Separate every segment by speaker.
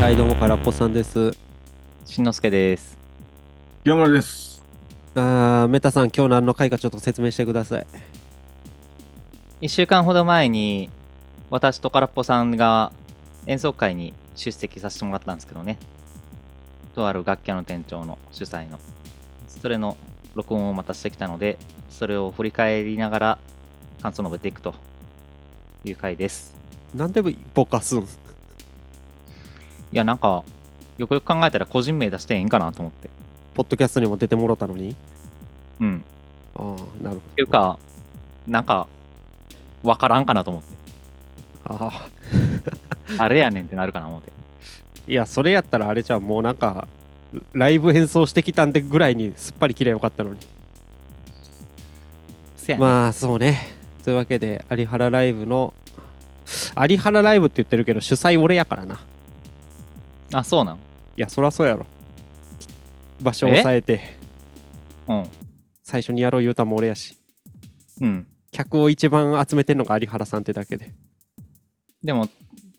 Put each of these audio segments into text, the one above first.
Speaker 1: はい、どうも、からっぽさんです。
Speaker 2: しんのすけです。
Speaker 3: 山村です。
Speaker 1: あー、メタさん、今日何の回かちょっと説明してください。
Speaker 2: 1週間ほど前に、私と空っぽさんが演奏会に出席させてもらったんですけどね。とある楽器屋の店長の主催の。それの録音をまたしてきたので、それを振り返りながら感想を述べていくという回です。
Speaker 1: なんでぼかすん
Speaker 2: いや、なんか、よくよく考えたら個人名出してええんかなと思って。
Speaker 1: ポッドキャストにも出てもろたのに
Speaker 2: うん。
Speaker 1: あー、なるほど。
Speaker 2: っていうか、なんか、わからんかなと思って。
Speaker 1: あ
Speaker 2: あれやねんってなるかな思って。
Speaker 1: ーいや、それやったらあれじゃん、もうなんか、ライブ演奏してきたんでぐらいにすっぱり切ればよかったのに。
Speaker 2: せやねん
Speaker 1: まあ、そうね。というわけで、有原ライブの、有原ライブって言ってるけど、主催俺やからな。
Speaker 2: あ、そうなの
Speaker 1: いや、そらそうやろ。場所を抑えて、
Speaker 2: うん。
Speaker 1: 最初にやろう言うたんも俺やし。
Speaker 2: うん。
Speaker 1: 客を一番集めてんのが有原さんってだけで。
Speaker 2: でも、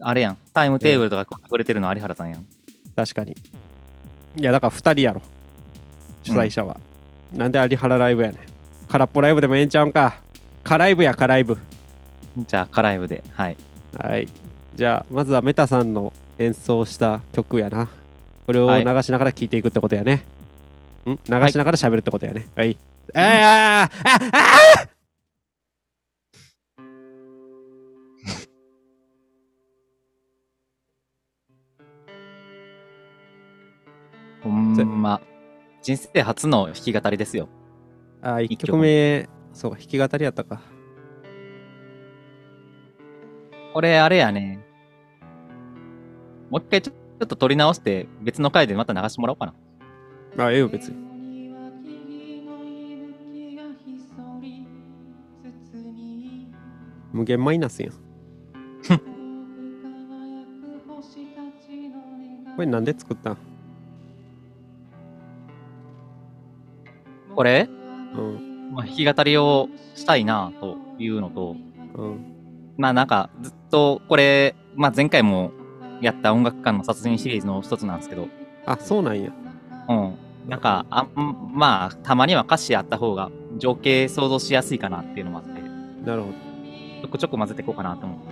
Speaker 2: あれやん。タイムテーブルとか隠れてるの有原さんやん。
Speaker 1: 確かに。いや、だから2人やろ。主催者は。なんで有原ライブやねん。空っぽライブでもええんちゃうんか。カライブや、カライブ。
Speaker 2: じゃあ、カライブで。はい。
Speaker 1: はい。じゃあ、まずはメタさんの演奏した曲やな。これを流しながら聴いていくってことやね。ん流しながら喋るってことやね。はい。あああああ
Speaker 2: ほんま。人生初の弾き語りですよ。
Speaker 1: ああ、1曲目、そうか、弾き語りやったか。
Speaker 2: これ、あれやね。もう一回ちょちょっと撮り直して、別の回でまた流してもらおうかな。
Speaker 1: あ、ええよ、別に。
Speaker 4: には霧の息吹がひそり包み
Speaker 1: 無限マイナスやん。
Speaker 4: 遠く輝く星たちの願い
Speaker 1: これなんで作ったん
Speaker 2: これ、
Speaker 1: うん。
Speaker 2: まあ、弾き語りをしたいなというのと、
Speaker 1: うん。
Speaker 2: まあなんか、ずっとこれ、まあ前回もやった音楽館の殺人シリーズの一つなんですけど、
Speaker 1: あ、そうなんや。
Speaker 2: うん。なんか、あんまあ、たまには歌詞あった方が情景想像しやすいかなっていうのもあって、
Speaker 1: なるほど。
Speaker 2: ちょくちょく混ぜていこうかなと思って。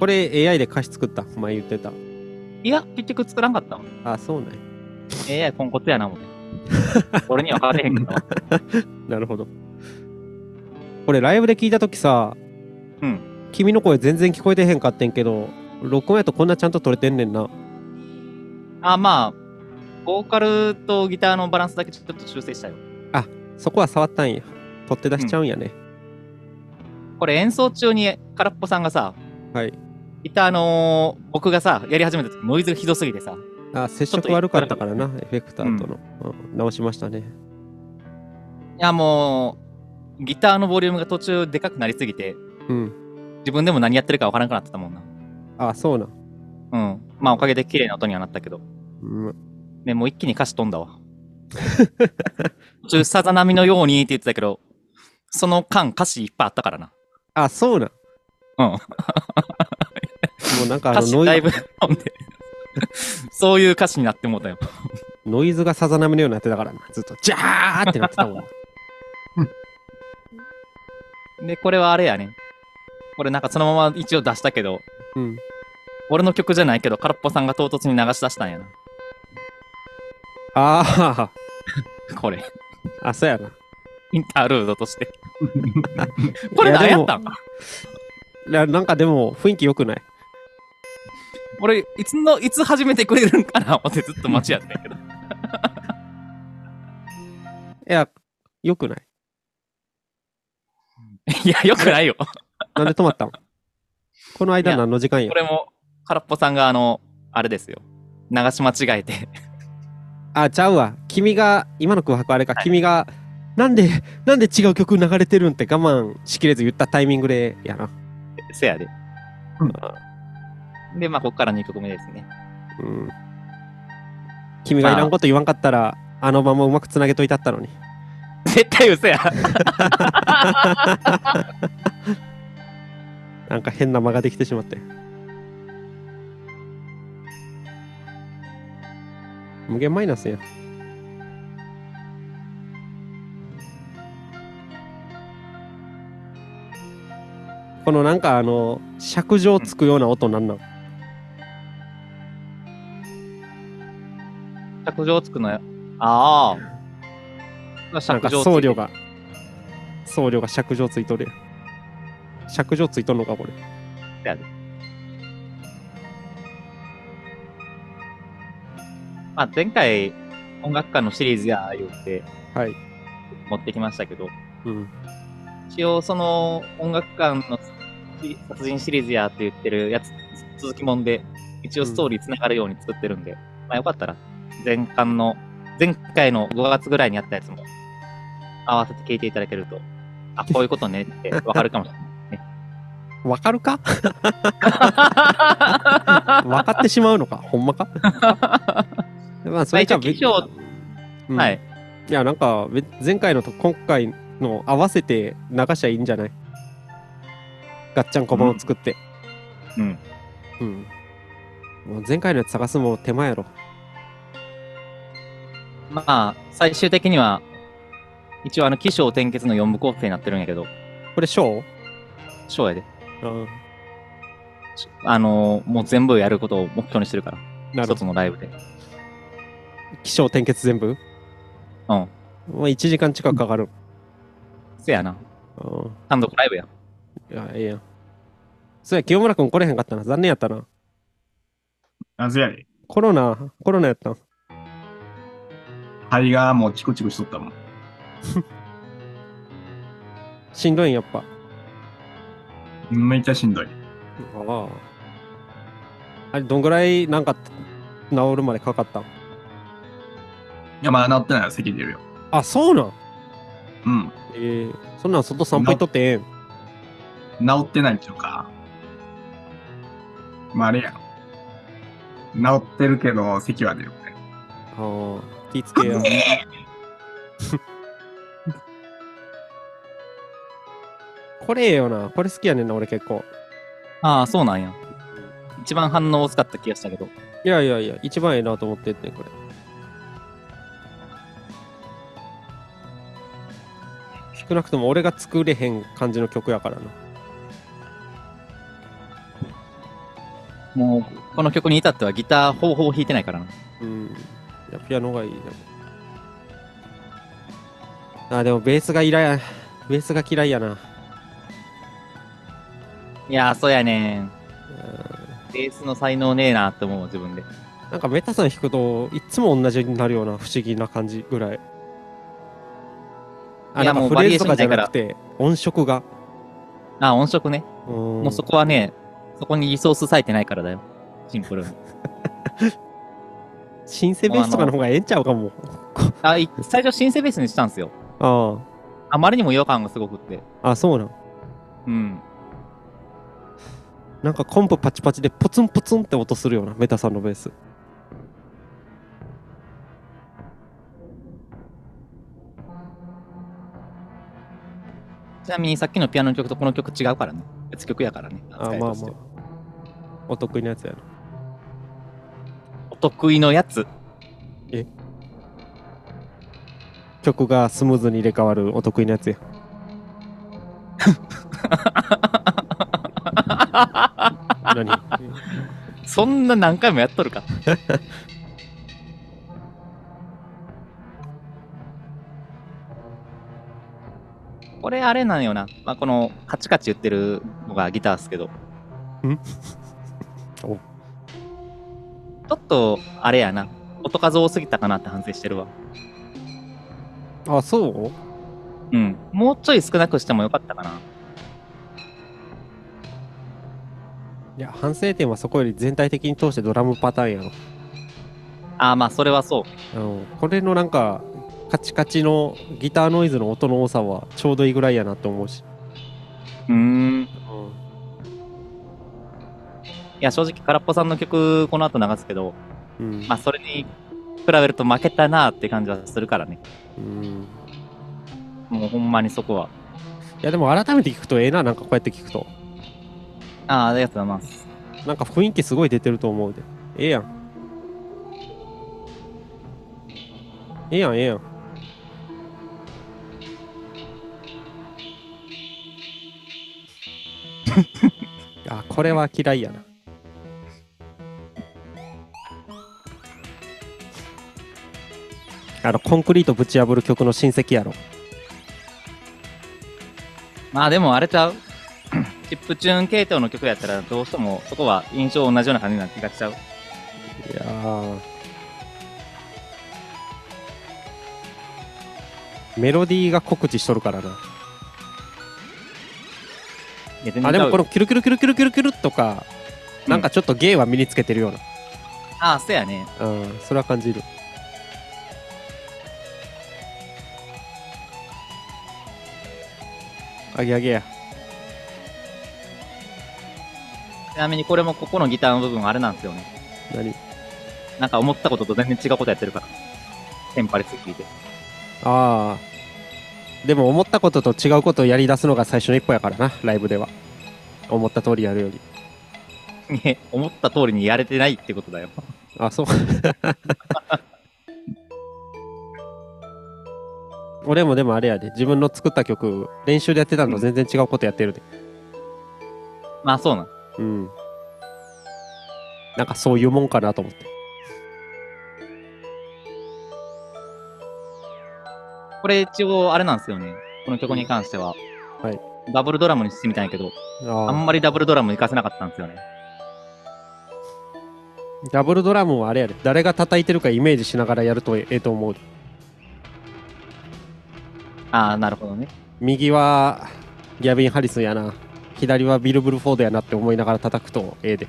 Speaker 1: これ AI で歌詞作った前言ってた。
Speaker 2: いや、結局作らんかったもん。
Speaker 1: あ、そうなんや。
Speaker 2: AI ポンコツやな、もん。俺には分かれへんけ ど。
Speaker 1: なるほど。これライブで聞いたときさ、
Speaker 2: うん。
Speaker 1: 君の声全然聞こえてへんかってんけど、録音やとこんなちゃんと撮れてんねんな。
Speaker 2: あ、まあ、ボーカルとギターのバランスだけちょっと修正したよ。
Speaker 1: そこは触ったんや。取って出しちゃうんやね。
Speaker 2: これ演奏中に空っぽさんがさ、
Speaker 1: はい。
Speaker 2: ギターの僕がさ、やり始めた時ノイズがひどすぎてさ、
Speaker 1: あ、接触悪かったからな、エフェクターとの。うん直しましたね。
Speaker 2: いやもう、ギターのボリュームが途中でかくなりすぎて、
Speaker 1: うん。
Speaker 2: 自分でも何やってるか分からなくなってたもんな。
Speaker 1: あ、そうなん。
Speaker 2: うん。まあおかげで綺麗な音にはなったけど。
Speaker 1: うん、
Speaker 2: ね、もう一気に歌詞飛ん だわ。途中、さざ波のようにって言ってたけど、その間歌詞いっぱいあったからな。
Speaker 1: あ、そうなん。
Speaker 2: うん
Speaker 1: もうなんかあ
Speaker 2: 歌
Speaker 1: の
Speaker 2: 詞
Speaker 1: ノ
Speaker 2: だい
Speaker 1: イ
Speaker 2: ぶ飛んで、 そういう歌詞になってもうたよ。
Speaker 1: ノイズがさざ波のようになってたからな。ずっと、ジャーってなってた もん。
Speaker 2: で、これはあれやね。これなんかそのまま一応出したけど、
Speaker 1: うん。
Speaker 2: 俺の曲じゃないけど、空っぽさんが唐突に流し出したんやな。
Speaker 1: ああ。
Speaker 2: これ、
Speaker 1: あ、そうやな。
Speaker 2: インタールード として。これ何やったん
Speaker 1: いやなんかでも雰囲気良くない
Speaker 2: 俺、いつの、いつ始めてくれるんかな思ってずっと待ちやったん やけど。
Speaker 1: いや、良くない
Speaker 2: いや、よくないよ。
Speaker 1: なんで止まったんこの間何の時間や
Speaker 2: これも、空っぽさんがあの、あれですよ。流し間違えて。
Speaker 1: あ、ちゃうわ。君が、今の空白あれか、君が、なんで、なんで違う曲流れてるんって我慢しきれず言ったタイミングで、やな。
Speaker 2: せやで
Speaker 3: うん。
Speaker 2: で、まあ、ここから2曲目ですね。
Speaker 1: うん。君がいらんこと言わんかったら、あのままうまくつなげといたったのに。
Speaker 2: 絶対嘘や。
Speaker 1: なんか変な間ができてしまって。無限マイナスや。このなんかあの、尺状つくような音なんなん、
Speaker 2: 着上つくのよ。ああ。
Speaker 1: なんか
Speaker 2: 着上つ
Speaker 1: 僧侶が、僧侶が尺状ついとるやん。尺状ついとんのか、これ。
Speaker 2: まあ、前回、音楽家のシリーズや言って
Speaker 1: はい。
Speaker 2: 持ってきましたけど、
Speaker 1: うん。
Speaker 2: 一応その音楽館のし殺人シリーズやって言ってるやつ続きもんで一応ストーリーつながるように作ってるんで、まあよかったら前巻の前回の5月ぐらいにやったやつも合わせて聞いていただけるとあこういうことねってわかるかもしれない
Speaker 1: わかる かわかってしまうのかほん まかまあ、それじゃ
Speaker 2: まあ一応化
Speaker 1: うん
Speaker 2: はい
Speaker 1: いや、なんか、べ前回のと今回の合わせて流しちゃいいんじゃないガッチャンコ版を作って。
Speaker 2: うん
Speaker 1: うん。もう前回のやつ探すのも手前やろ。
Speaker 2: まあ最終的には一応あの起承転結の4部構成になってるんやけど
Speaker 1: これ、ショ
Speaker 2: 章やで
Speaker 1: ーうん。
Speaker 2: あのーもう全部やることを目標にしてるから
Speaker 1: なるほ
Speaker 2: 一
Speaker 1: ど
Speaker 2: つ。のライブで
Speaker 1: 起承転結全部
Speaker 2: うん
Speaker 1: もう1時間近くかかる。
Speaker 2: せやな
Speaker 1: うん。
Speaker 2: 単独ライブや
Speaker 1: いや、ええやん。そうや、清村くん来れへんかったな。残念やったな。
Speaker 3: なぜやれ。
Speaker 1: コロナ、コロナやったん。
Speaker 3: 肺がもうチクチクしとったもん。
Speaker 1: しんどいん、やっぱ。
Speaker 3: めっちゃしんどい。
Speaker 1: ああ。あれ、どんぐらい、なんか、治るまでかかったん
Speaker 3: いや、まだ治ってないよ、咳出るよ。
Speaker 1: あ、そうなん
Speaker 3: うん。
Speaker 1: ええそんなん外散歩行っとってええん。
Speaker 3: 治ってないっていうか。まあ、あれや。治ってるけど、咳は出るみたいな。
Speaker 1: ああ、気ぃつけや。 これええよな。これ好きやねんな、俺結構。
Speaker 2: ああ、そうなんや。一番反応薄かった気がしたけど。
Speaker 1: いやいやいや、一番ええなと思ってんねん、これ。少なくとも俺が作れへん感じの曲やからな。
Speaker 2: もう、この曲に至ってはギター方法弾いてないからな。
Speaker 1: うん。いや、ピアノがいいな。あー、でもベースがいらや、ベースが嫌いやな。
Speaker 2: いやー、そうやねん。
Speaker 1: うん
Speaker 2: ベースの才能ねえなって思う、自分で。
Speaker 1: なんかメタさん弾くといっつも同じになるような不思議な感じぐらい。あ、な
Speaker 2: いや
Speaker 1: んか
Speaker 2: もう
Speaker 1: フレーズとかじゃなくて音色が。
Speaker 2: ああ、音色ね。
Speaker 1: うーん
Speaker 2: もうそこはね、そこにリソース割いてないからだよ。シンプルに。
Speaker 1: シンセベースとかの方がええんちゃうかも。
Speaker 2: あ、い最初シンセベースにしたんですよ。
Speaker 1: あ
Speaker 2: あまりにも違和感がすごくって。
Speaker 1: あ。あ、そうなん。
Speaker 2: うん。
Speaker 1: なんかコンプパチパチでポツンポツンって音するようなメタさんのベース。
Speaker 2: ちなみにさっきのピアノの曲とこの曲違うからね。別曲やからね。
Speaker 1: あ
Speaker 2: 扱い
Speaker 1: まあま
Speaker 2: として
Speaker 1: あ。お得意なやつやな。
Speaker 2: お得意のやつ。
Speaker 1: 曲がスムーズに入れ替わるお得意なやつや。 何
Speaker 2: そんな何回もやっ とるか。これあれなんよな。まあ、このカチカチ言ってるのがギターっすけど。
Speaker 1: お
Speaker 2: ちょっとあれやな。音数多すぎたかなって反省してるわ。
Speaker 1: あ、そう
Speaker 2: うん。もうちょい少なくしてもよかったかな。
Speaker 1: いや、反省点はそこより全体的に通してドラムパターンやろ。
Speaker 2: ああ、まあそれはそう。
Speaker 1: あのこれのなんかカチカチのギターノイズの音の多さはちょうどいいぐらいやなと思うし、
Speaker 2: うーん。いや、正直空っぽさんの曲この後流すけど、
Speaker 1: うん
Speaker 2: まあそれに比べると負けたなって感じはするからね。
Speaker 1: うん
Speaker 2: もうほんまにそこは。
Speaker 1: いやでも改めて聞くとええななんかこうやって聞くと
Speaker 2: ああ、ありがとうございます。
Speaker 1: なんか雰囲気すごい出てると思うでええやんええやん、ええやん。 あ、これは嫌いやな。あの、コンクリートぶち破る曲の親戚やろ。
Speaker 2: まあでもあれちゃう。 チップチューン系統の曲やったらどうしてもそこは印象同じような感じになってきちゃう。
Speaker 1: いやーメロディーが酷似しとるからな。
Speaker 2: いや全然
Speaker 1: あ、で
Speaker 2: ちゃ
Speaker 1: も
Speaker 2: う
Speaker 1: このキュルキュルキュルキュルキュルキュルとか、
Speaker 2: うん
Speaker 1: なんかちょっと芸は身につけてるような。
Speaker 2: ああ、そうやね。
Speaker 1: うん、それは感じる。あげあげや。
Speaker 2: ちなみにこれもここのギターの部分はあれなんですよね。
Speaker 1: 何
Speaker 2: なんか思ったことと全然違うことやってるから。テンパりすぎて。
Speaker 1: ああ。でも思ったことと違うことをやり出すのが最初の一歩やからな、ライブでは。思った通りやるより。
Speaker 2: ね、思った通りにやれてないってことだよ。
Speaker 1: あ、そう。俺もでもあれやで、自分の作った曲、練習でやってたのと全然違うことやってるで。
Speaker 2: まあそうなん。
Speaker 1: うん。なんかそういうもんかなと思って。
Speaker 2: これ一応あれなんですよね。この曲に関しては。
Speaker 1: はい。
Speaker 2: ダブルドラムにしてみたんやけど、あ
Speaker 1: あ
Speaker 2: んまりダブルドラム活かせなかったんですよね。
Speaker 1: ダブルドラムはあれやで、誰が叩いてるかイメージしながらやるとええと思う。
Speaker 2: ああ、なるほどね。
Speaker 1: 右はギャビン・ハリスンやな。左はビル・ブルフォードやなって思いながら叩くとええで。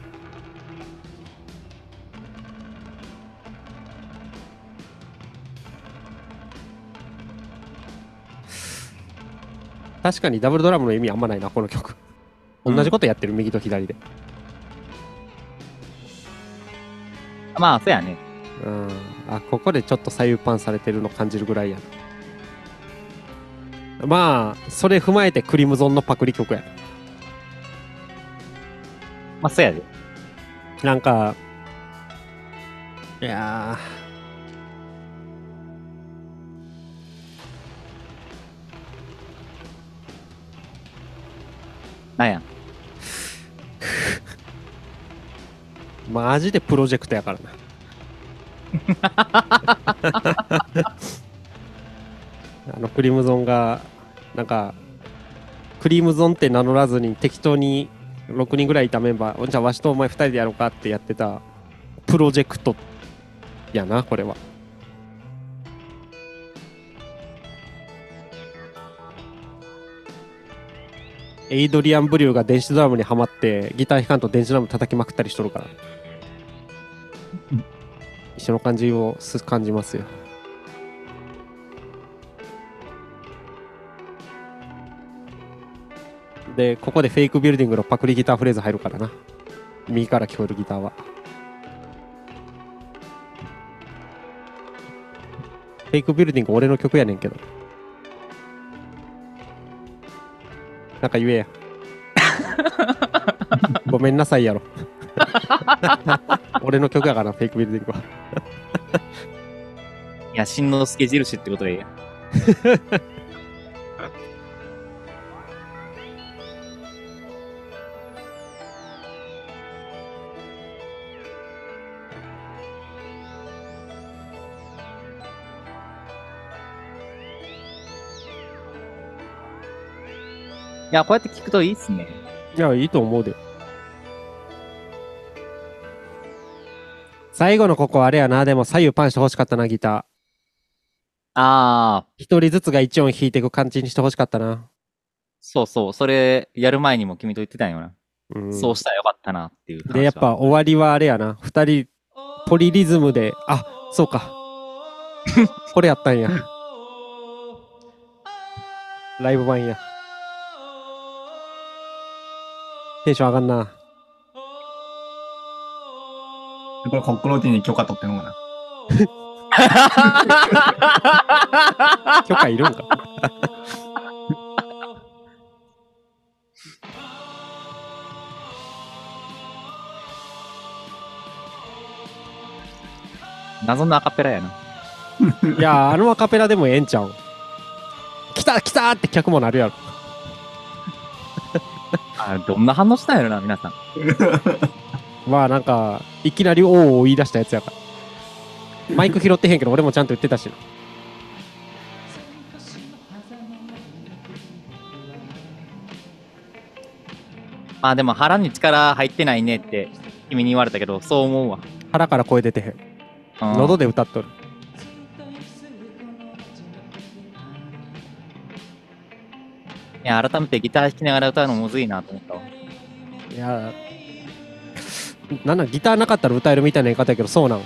Speaker 1: 確かにダブルドラムの意味あんまないな、この曲。
Speaker 2: うん
Speaker 1: 同じことやってる、右と左で。
Speaker 2: まあそうやね。
Speaker 1: うん。あ、ここでちょっと左右パンされてるの感じるぐらいやな。まあ、それ踏まえてクリムゾンのパクリ曲や。
Speaker 2: まあそうやで。
Speaker 1: なんか、いや
Speaker 2: なんや。
Speaker 1: ー、マジでプロジェクトやからな。あの、クリムゾンが、なんか、クリムゾンって名乗らずに適当に6人ぐらいいたメンバー、じゃあわしとお前2人でやろうかってやってたプロジェクトやな、これは。エイドリアン・ブリューが電子ドラムにはまってギター弾かんと電子ドラム叩きまくったりしとるから
Speaker 3: うん
Speaker 1: 一緒の感じをす感じますよでここでフェイクビルディングのパクリギターフレーズ入るからな右から聞こえるギターはフェイクビルディング俺の曲やねんけどなんか言えやごめんなさいやろ 俺の曲やからなフェイクビルディングはい
Speaker 2: や、新之助印ってことでいいや。いや、こうやって聞くといいっすね。
Speaker 1: いやいいと思うで最後のここあれやなでも左右パンしてほしかったなギター
Speaker 2: ああ、
Speaker 1: 一人ずつが一音弾いていく感じにしてほしかったな。
Speaker 2: そうそう。それ、やる前にも君と言ってたんよな。
Speaker 1: うん
Speaker 2: そうしたらよかったなっていう話は。
Speaker 1: で、やっぱ終わりはあれやな。二人、ポリリズムで、あ、そうか。 これやったんや。ライブ版や。テンション上がんな。
Speaker 3: これ、コックローチに許可取ってんのかな。
Speaker 1: 許可いるんか。
Speaker 2: 謎のアカペラやな。
Speaker 1: いや、あのアカペラでもええんちゃうん。来た来たって客もなるやろ。
Speaker 2: あどんな反応したんやろな、皆さん。
Speaker 1: まあなんか、いきなり「おお」言い出したやつやから。マイク拾 ってへんけど、俺もちゃんと言ってたしな。
Speaker 2: まあでも腹に力入ってないねって君に言われたけど、そう思うわ。
Speaker 1: 腹から声出てへん。
Speaker 2: うん
Speaker 1: 喉で歌っとる。
Speaker 2: いや、改めてギター弾きながら歌うのむずいなと思ったわ。
Speaker 1: いや、なんなんギターなかったら歌えるみたいな言い方やけど、そうなん。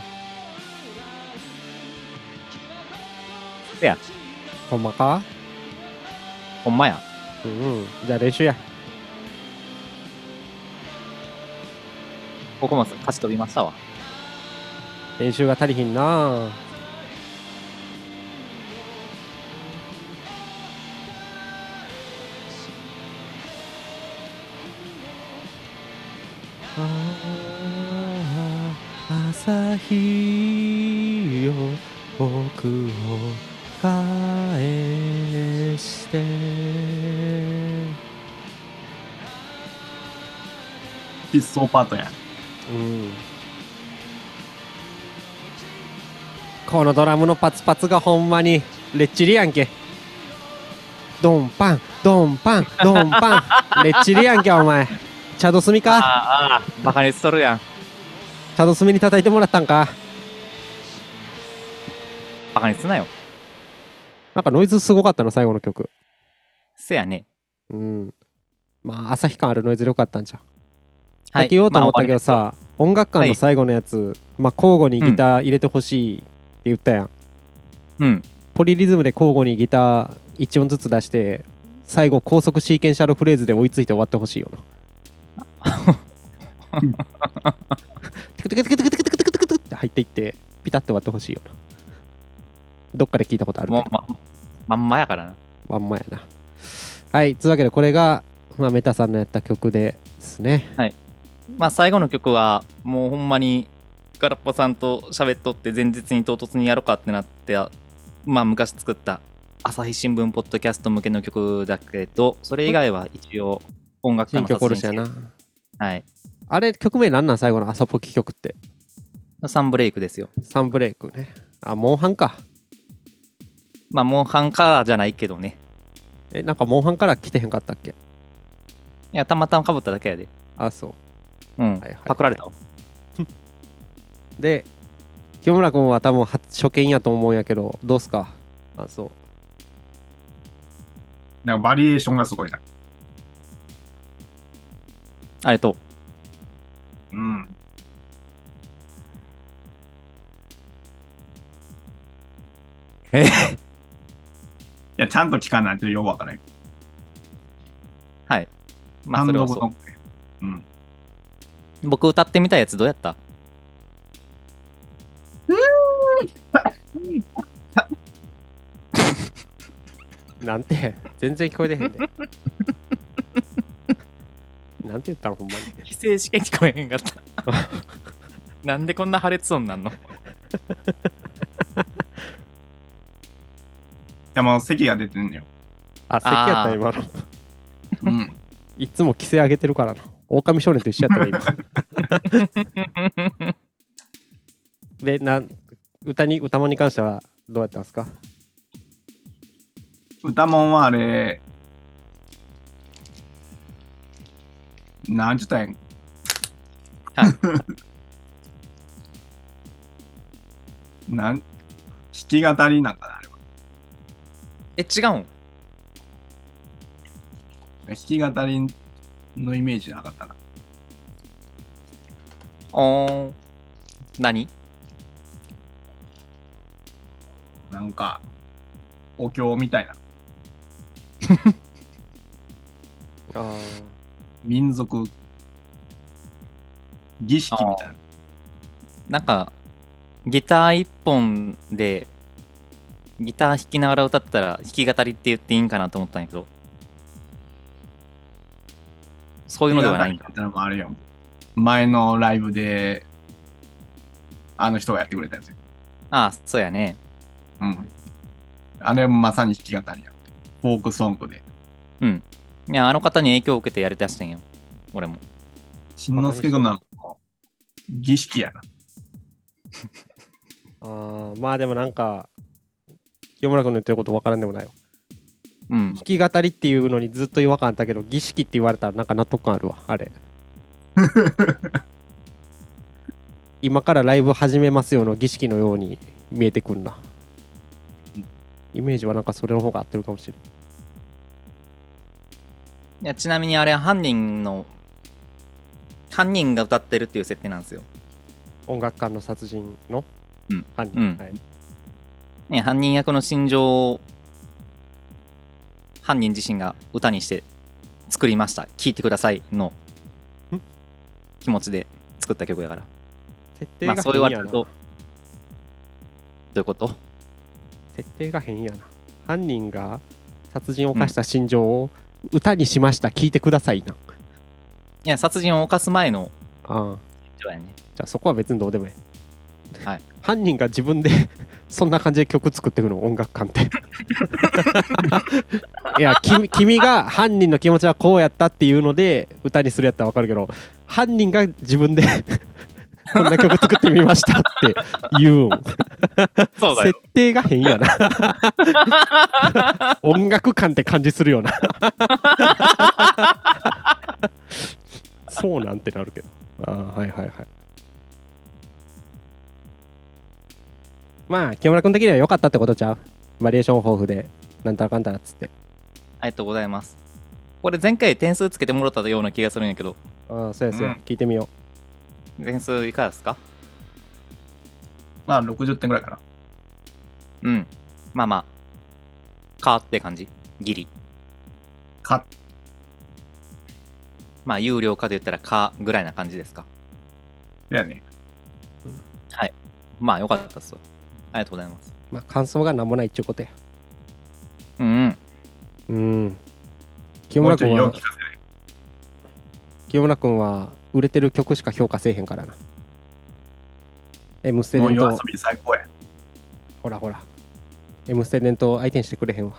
Speaker 2: せや、
Speaker 1: ほんまか
Speaker 2: ほんまや。
Speaker 1: うんうん。じゃあ練習や。
Speaker 2: ここも歌詞飛びましたわ。
Speaker 1: 練習が足りひんなああ朝日よ僕を返して
Speaker 3: 必須パートや。
Speaker 1: うんこのドラムのパツパツがほんまにレッチリやんけドンパンドン パンドンパンレッチリやんけお前チャドスミか
Speaker 2: ああ、バカにしとるやん。
Speaker 1: チャドスミに叩いてもらったんか
Speaker 2: バカにすなよ。
Speaker 1: なんかノイズすごかったの最後の曲
Speaker 2: せやね。
Speaker 1: うんまあ朝日感あるノイズでよかったんじゃん
Speaker 2: はい
Speaker 1: だけ言おうと思ったけ
Speaker 2: まあ
Speaker 1: どさ、音楽館の最後のやつ、まあ交互にギター入れてほしいって言ったやん
Speaker 2: 終わりうん。
Speaker 1: ポリリズムで交互にギター1音ずつ出して最後高速シーケンシャルフレーズで追いついて終わってほしいよな。テクテクテクテクテクテクテクテクって入っていってピタッと終わってほしいよな。どっかで聞いたことあるけ
Speaker 2: も
Speaker 1: ど
Speaker 2: う、ま、まんまやからな。
Speaker 1: まんまやな。はい、つうわけでこれが、まあ、メタさんのやった曲ですね。
Speaker 2: まあ最後の曲は、もうほんまに、空っぽさんと喋っとって前日に唐突にやろうかってなって、まあ昔作った朝日新聞ポッドキャスト向けの曲だけど、それ以外は一応音楽家
Speaker 1: 新
Speaker 2: の
Speaker 1: 曲おろしや
Speaker 2: 殺人
Speaker 1: な
Speaker 2: 鬼。はい。
Speaker 1: あれ曲名なんなん最後の朝ポキ曲って。
Speaker 2: サンブレイクですよ。
Speaker 1: サンブレイクね。あ、モンハンか。
Speaker 2: まあ、モンハンからじゃないけどね。
Speaker 1: え、なんかモンハンから来てへんかったっけ
Speaker 2: いや、たまたまかぶっただけやで。
Speaker 1: あ、そう。
Speaker 2: うん。
Speaker 1: はいはい
Speaker 2: パクられたわ。
Speaker 1: で清村君は多分初初見やと思うんやけどどうすかあそう
Speaker 3: なんかバリエーションがすごいな。
Speaker 2: あれと、
Speaker 3: うん。
Speaker 2: え
Speaker 3: いや、ちゃんと聞かないとよくわからない。
Speaker 2: はい。まあ、それはそ
Speaker 3: 単独のうん。
Speaker 2: う。僕歌ってみたやつどうや った
Speaker 1: なんて全然聞こえてへんでなんて言ったのほんまに
Speaker 2: 非正式に聞こえへんかった。 なんでこんな破裂音なんの
Speaker 3: でも、席が出てんのよ。
Speaker 1: あ席やった
Speaker 2: あー
Speaker 1: 今の
Speaker 3: うん。
Speaker 1: いつも規制上げてるからな狼少年と一緒やったね今 でなん歌に歌もに関してはどうやったんですか
Speaker 3: 歌もんはあれ、なんちゅったんや
Speaker 2: はい。
Speaker 3: なん、弾き語りなんかなあれは
Speaker 2: え、違うん
Speaker 3: 弾き語りのイメージなかったな。
Speaker 2: おーん。何
Speaker 3: なんか、お経みたいな。
Speaker 1: あ
Speaker 3: 民族、儀式みたいな。
Speaker 2: なんか、ギター一本で、ギター弾きながら歌ったら弾き語りって言っていいんかなと思ったんやけど、そういうのではないんだ。
Speaker 3: みたいなのもあるよ。前のライブで、あの人がやってくれたやつよ。
Speaker 2: ああ、そうやね。
Speaker 3: うん。あれもまさに弾き語りや。フォークソングで。
Speaker 2: うん。いや、あの方に影響を受けてやりだしてんよ。俺も。
Speaker 3: しんのすけくんなんかもう、儀式やな。
Speaker 1: あーまあでもなんか清村君の言ってること分からんでもないわ
Speaker 2: うん。
Speaker 1: 弾き語りっていうのにずっと違和感あったけど儀式って言われたらなんか納得感あるわあ れ今からライブ始めますよの儀式のように見えてくんな
Speaker 3: うん
Speaker 1: イメージはなんかそれの方が合ってるかもしれない
Speaker 2: いや、ちなみにあれ、犯人の、犯人が歌ってるっていう設定なんですよ。
Speaker 1: 音楽館の殺人の
Speaker 2: うん
Speaker 1: 犯人、
Speaker 2: うん
Speaker 1: はい、
Speaker 2: ね、犯人役の心情を、犯人自身が歌にして作りました。聴いてくださいの
Speaker 1: ん
Speaker 2: 気持ちで作った曲やから。
Speaker 1: 設定
Speaker 2: ま
Speaker 1: が
Speaker 2: あ、そう言わ
Speaker 1: 変や
Speaker 2: れる
Speaker 1: な、
Speaker 2: と、どういうこと
Speaker 1: 設定が変やな犯人が殺人を犯した心情を歌にしました聞いてくださいない
Speaker 2: や、殺人を犯す前の
Speaker 1: ああ
Speaker 2: 心情やね。
Speaker 1: じゃあそこは別にどうでもいい。
Speaker 2: はい
Speaker 1: 犯人が自分で そんな感じで曲作ってくの音楽館 って。いや君君が犯人の気持ちはこうやったっていうので歌にするやったらわかるけど犯人が自分で こんな曲作ってみましたって言うん
Speaker 2: そうだよ
Speaker 1: 設。定が変やな 音楽感って感じするよな そうなんてなるけどあーはいはいはいまあ清村君的には良かったってことちゃうバリエーション豊富でなんたらかんたらっつって
Speaker 2: ありがとうございます。これ前回点数つけてもらったような気がするんやけど、
Speaker 1: ああそうですよ、
Speaker 3: うん
Speaker 1: 聞いてみよ
Speaker 2: 点数いかがですか
Speaker 3: まあ、60点ぐらいかな。
Speaker 2: うん。まあまあ、かって感じ。ギリ。
Speaker 3: か、
Speaker 2: まあ、有料化で言ったらかぐらいな感じですか。
Speaker 3: だよね。
Speaker 2: まあ、よかったっすわありがとうございます
Speaker 1: う。まあ感想が何もないっちゅうことや
Speaker 2: うんうん。
Speaker 1: うん清
Speaker 3: も
Speaker 1: 村
Speaker 3: うちょい
Speaker 1: 君
Speaker 3: よう
Speaker 1: は
Speaker 3: 聞かせて。
Speaker 1: 清村君は売れてる曲しか評価せえへんからな「M ステ」
Speaker 3: もう
Speaker 1: で
Speaker 3: 夜
Speaker 1: と
Speaker 3: 遊び最高や。
Speaker 1: ほらほら。M ステ伝統相手にしてくれへんわ。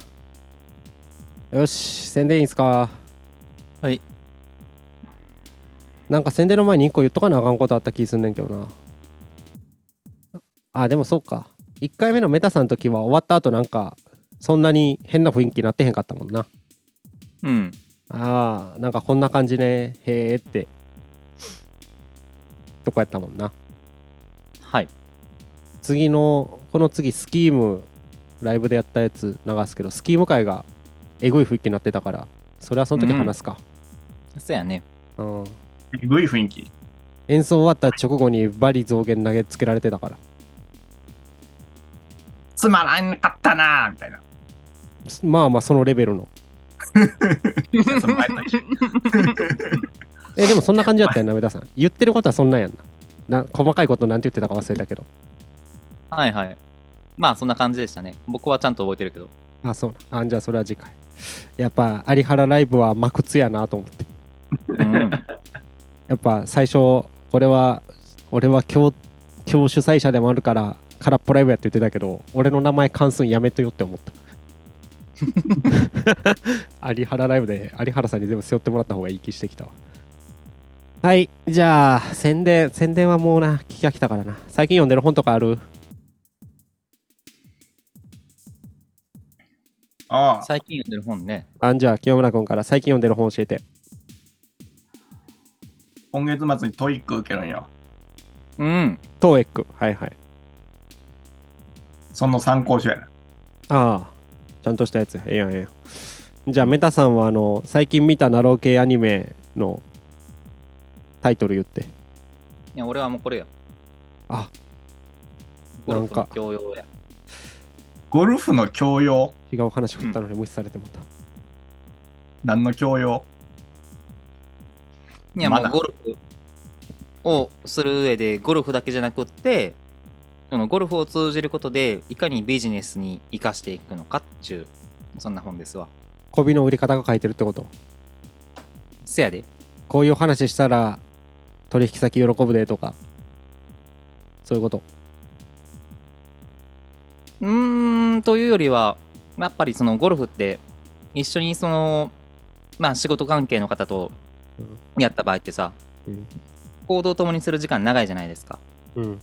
Speaker 1: よし、宣伝いいっすか。
Speaker 2: はい。
Speaker 1: なんか宣伝の前に1個言っとかなあかんことあった気すんねんけどな。あ、でもそうか。1回目のメタさんの時は終わった後なんか、そんなに変な雰囲気になってへんかったもんな。
Speaker 2: うん。
Speaker 1: ああ、なんかこんな感じね。へえって。とこやったもんな。
Speaker 2: はい。
Speaker 1: 次のこの次スキームライブでやったやつ流すけどスキーム界がえぐい雰囲気になってたからそれはその時話すか、
Speaker 2: そやね。
Speaker 1: うん
Speaker 3: えぐい雰囲気。
Speaker 1: 演奏終わった直後にバリ増減投げつけられてたから
Speaker 3: つまらんかったなーみたいな。
Speaker 1: まあまあそのレベルの
Speaker 3: その前の日
Speaker 1: えでもそんな感じだったよな上田さん言ってることはそんなんやんなな細かいことなんて言ってたか忘れたけど
Speaker 2: はいはい。まあ、そんな感じでしたね。僕はちゃんと覚えてるけど。
Speaker 1: あそうなんあじゃあそれは次回やっぱ有原ライブは真靴やなと思って
Speaker 2: うん。
Speaker 1: やっぱ最初これは俺は今日今日主催者でもあるから空っぽライブやって言ってたけど俺の名前関数やめとよって思った有原ライブで有原さんに全部背負ってもらった方がいい気してきたわはいじゃあ宣伝宣伝はもうな聞き飽きたからな最近読んでる本とかある
Speaker 3: ああ、
Speaker 2: 最近読んでる本ね。
Speaker 1: あんじゃあ清村君から最近読んでる本教えて
Speaker 3: 今月末にトイック受けるんよ。
Speaker 2: うん。
Speaker 1: トーエックはいはい
Speaker 3: その参考書やな。
Speaker 1: ああちゃんとしたやつええやんええやんじゃあメタさんはあの最近見たナロー系アニメのタイトル言って
Speaker 2: いや、俺はもうこれや。
Speaker 1: あ、
Speaker 2: ゴルフ
Speaker 1: な
Speaker 2: の
Speaker 1: んか
Speaker 2: 教養や。
Speaker 3: ゴルフの教養。
Speaker 1: 違う話振ったのに無視されてもた、
Speaker 3: 何の教養
Speaker 2: いや、
Speaker 3: ま
Speaker 2: も
Speaker 3: だ
Speaker 2: うゴルフをする上で、ゴルフだけじゃなくって、そのゴルフを通じることで、いかにビジネスに生かしていくのかっていう、そんな本ですわ。
Speaker 1: 媚びの売り方が書いてるってこと
Speaker 2: せやで。
Speaker 1: こういう話したら取引先喜ぶでとかそういうこと
Speaker 2: うーん、うんというよりはやっぱりそのゴルフって一緒にそのまあ仕事関係の方とやった場合ってさ、
Speaker 1: うん
Speaker 2: 行動を共にする時間長いじゃないですか
Speaker 1: うん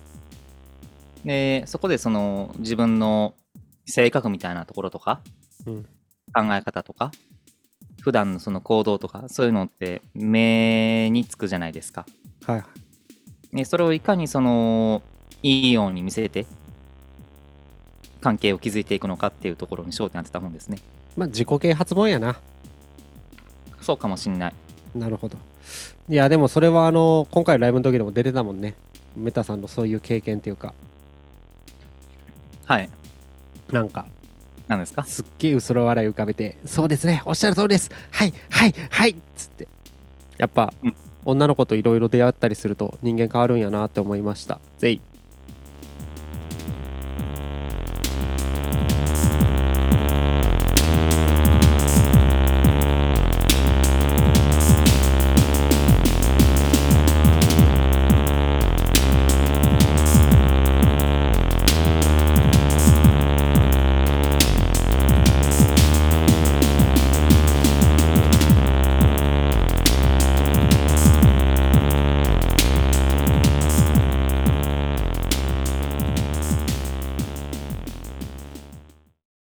Speaker 2: でそこでその自分の性格みたいなところとか、
Speaker 1: うん
Speaker 2: 考え方とか普段のその行動とかそういうのって目につくじゃないですか
Speaker 1: はいはい
Speaker 2: ね、それをいかにそのいいように見せて関係を築いていくのかっていうところに焦点当てた本ですね
Speaker 1: まあ自己啓発本やな
Speaker 2: そうかもしんない
Speaker 1: なるほどいやでもそれはあの今回のライブの時でも出てたもんねメタさんのそういう経験っていうか
Speaker 2: はい
Speaker 1: なんか
Speaker 2: 何ですか
Speaker 1: すっげえ薄ろ笑い浮かべて「そうですねおっしゃる通りですはいはいはい」っつってやっぱ、
Speaker 2: うん
Speaker 1: 女の子といろいろ出会ったりすると人間変わるんやなって思いましたぜひ